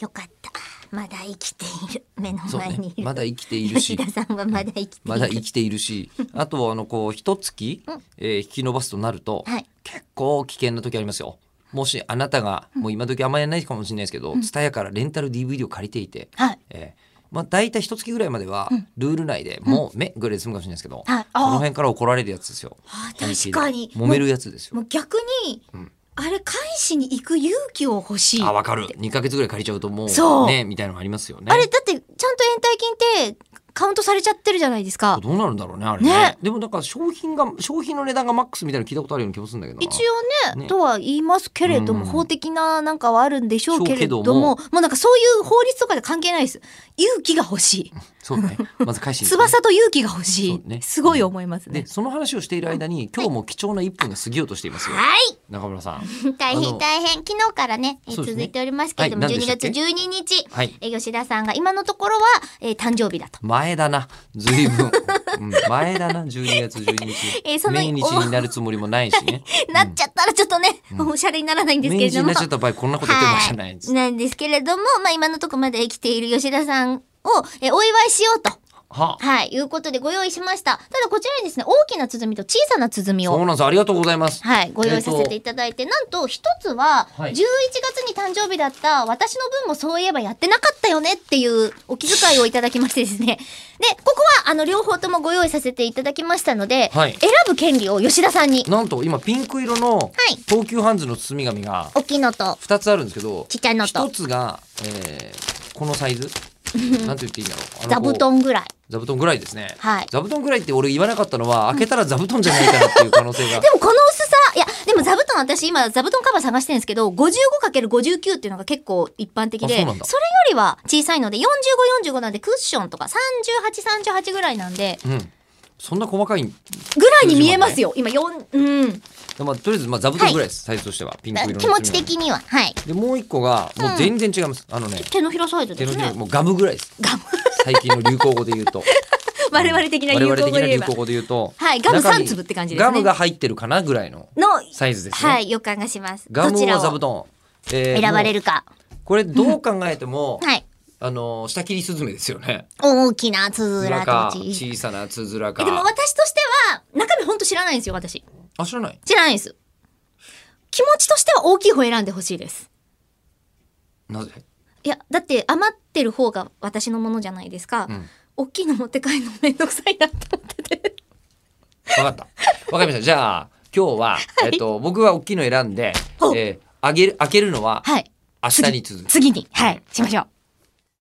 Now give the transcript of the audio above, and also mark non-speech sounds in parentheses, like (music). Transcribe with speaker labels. Speaker 1: よかったまだ生きている目の
Speaker 2: そう
Speaker 1: 前に
Speaker 2: ね
Speaker 1: い、 (laughs) る、
Speaker 2: まだ生きている
Speaker 1: 吉
Speaker 2: し
Speaker 1: 田さんはまだ生きている、
Speaker 2: まだ生きているしあとあのこう一月、えー引き延ばすとなると、
Speaker 1: はい
Speaker 2: 結構危険な時ありますよもしあなたが、もう今時あんまりやらないかもしれないですけど TSUTAYA、からレンタル DVD を借りていて、
Speaker 1: はい
Speaker 2: えーまあ、大体一月ぐらいまではルール内でもう目ぐらいで済むかもしれないですけど、
Speaker 1: はい
Speaker 2: この
Speaker 1: あー
Speaker 2: 辺から怒られるやつですよ
Speaker 1: あ
Speaker 2: 本気
Speaker 1: 確か
Speaker 2: で
Speaker 1: に
Speaker 2: 揉めるやつですよ
Speaker 1: もう逆に、あれ返しに行く勇気を欲しい
Speaker 2: あわかる2ヶ月ぐらい借りちゃうとも
Speaker 1: そう
Speaker 2: うねみたいなのありますよね
Speaker 1: あれだってちゃんと延滞金ってカウントされちゃってるじゃないですか
Speaker 2: どうなるんだろうねあれね
Speaker 1: ね
Speaker 2: でもなんか商品が商品の値段がマックスみたいなの聞いたことあるような気もするんだけどな
Speaker 1: 一応ね
Speaker 2: ね
Speaker 1: とは言いますけれども、
Speaker 2: うん
Speaker 1: 法的ななんかはあるんでしょうけれども
Speaker 2: そうけど
Speaker 1: も
Speaker 2: も
Speaker 1: うなんかそういう法律とかで関係ないです勇気が欲しい
Speaker 2: そうねまず返しに、
Speaker 1: 翼と勇気が欲しい、
Speaker 2: そうね
Speaker 1: すごい思いますね
Speaker 2: で、その話をしている間に今日も貴重な一分が過ぎようとしていますよ
Speaker 1: はい
Speaker 2: 中村さん
Speaker 1: 大
Speaker 2: あ
Speaker 1: 変
Speaker 2: の
Speaker 1: 大変昨日からねえー
Speaker 2: そうです
Speaker 1: 続
Speaker 2: ね
Speaker 1: いておりますけれども、
Speaker 2: はい
Speaker 1: 12
Speaker 2: 何でしたっ
Speaker 1: 月
Speaker 2: け
Speaker 1: 12日、
Speaker 2: はい
Speaker 1: えー吉田さんが今のところは、えー誕生日だと。
Speaker 2: 前だな随分、うん、前だな12月12日、
Speaker 1: えーその
Speaker 2: 命日になるつもりもないし
Speaker 1: (laughs)
Speaker 2: ね
Speaker 1: なっちゃったらちょっとね、おしゃれにならないんです
Speaker 2: 命
Speaker 1: けれ
Speaker 2: 日
Speaker 1: ど
Speaker 2: に
Speaker 1: も。
Speaker 2: なっちゃった場合こんなこと言ってる場合じゃないです
Speaker 1: はなんですけれども、まあ今のとこまで生きている吉田さんを、えーお祝いしようと、
Speaker 2: はあ
Speaker 1: はい、いうことでご用意しました。ただこちらにですね、大きな鼓と小さな鼓
Speaker 2: そう
Speaker 1: を、
Speaker 2: なんですありがとうございます
Speaker 1: はい、ご用意させて
Speaker 2: えっ
Speaker 1: いただいて、なんと一つは、
Speaker 2: はい
Speaker 1: 11月に誕生日だった私の分もそういえばやってなかったよねっていうお気遣いをいただきましてですね。 (laughs) で、ここはあの両方ともご用意させていただきましたので、
Speaker 2: はい
Speaker 1: 選ぶ権利を吉田さんに
Speaker 2: と、なんと今ピンク色の
Speaker 1: い
Speaker 2: 東急ハンズの包み紙が
Speaker 1: 大きいのと
Speaker 2: 2つあるんですけど
Speaker 1: ちっちゃいのと
Speaker 2: 1つが、えーこのサイズなんて言っていいんだろうあ
Speaker 1: 座
Speaker 2: のこう
Speaker 1: 布団ぐらい。
Speaker 2: 座布団ぐらいですね、
Speaker 1: はい
Speaker 2: 座布団ぐらいって俺言わなかったのは開けたら座布団じゃないかなっていう可能
Speaker 1: (laughs)
Speaker 2: 性が
Speaker 1: でもこの薄さ、いや、でも座布団私今座布団カバー探してるんですけど、55×59 っていうのが結構一般的で、
Speaker 2: あ
Speaker 1: それ
Speaker 2: そうな
Speaker 1: よ
Speaker 2: んだ
Speaker 1: りは小さいので、45、45なんでクッションとか38、38ぐらいなんで、
Speaker 2: うん、そんな細かい、
Speaker 1: ぐらいに見えますよ。今4、うん。
Speaker 2: まあ、とりあえずまあ座布団ぐらいです、サイズとしてはピンク色の
Speaker 1: 気持ち的には。はい。
Speaker 2: でもう一個がもう全然違います、あのね
Speaker 1: 手のひらサイズ
Speaker 2: 手
Speaker 1: で
Speaker 2: の
Speaker 1: す
Speaker 2: ひ
Speaker 1: ね
Speaker 2: (laughs) ら。もうガムぐらいです
Speaker 1: ガム。
Speaker 2: 最近の流行語で言う
Speaker 1: (laughs)
Speaker 2: と
Speaker 1: 我々的な
Speaker 2: 我
Speaker 1: 流行語
Speaker 2: 々的な
Speaker 1: で言え
Speaker 2: 流
Speaker 1: ば
Speaker 2: 行。語で言うと
Speaker 1: はいガム
Speaker 2: 中に
Speaker 1: 三粒って感じですね
Speaker 2: ガムが入ってるかなぐらいの
Speaker 1: の、
Speaker 2: サイズですね、
Speaker 1: はい、予感がします。
Speaker 2: ガ
Speaker 1: ど
Speaker 2: ム
Speaker 1: ちら
Speaker 2: は座布
Speaker 1: を
Speaker 2: 団、えー
Speaker 1: 選ばれるか。
Speaker 2: もうこれどう考えても、
Speaker 1: (laughs) はい。
Speaker 2: あのー下切りスズメですよね
Speaker 1: 大きなつづら
Speaker 2: か
Speaker 1: と小さい
Speaker 2: 小さなつづら
Speaker 1: えでも
Speaker 2: か
Speaker 1: 私としては、中身ほんと知らないんですよ、私。
Speaker 2: あ知らない
Speaker 1: 知らないです。気持ちとしては大きい方選んでほしいです。
Speaker 2: なぜ
Speaker 1: いや、だって余ってる方が私のものじゃないですか。
Speaker 2: うん
Speaker 1: 大きいの持って帰るのめんどくさいなと思ってて。
Speaker 2: わかった。わかりました。じゃあ、今日は、えっと、僕は大きいの選んで
Speaker 1: ほう、
Speaker 2: えー、あげる、開けるのは、
Speaker 1: はい。
Speaker 2: 明日に続く。
Speaker 1: 次に。はい。しましょう。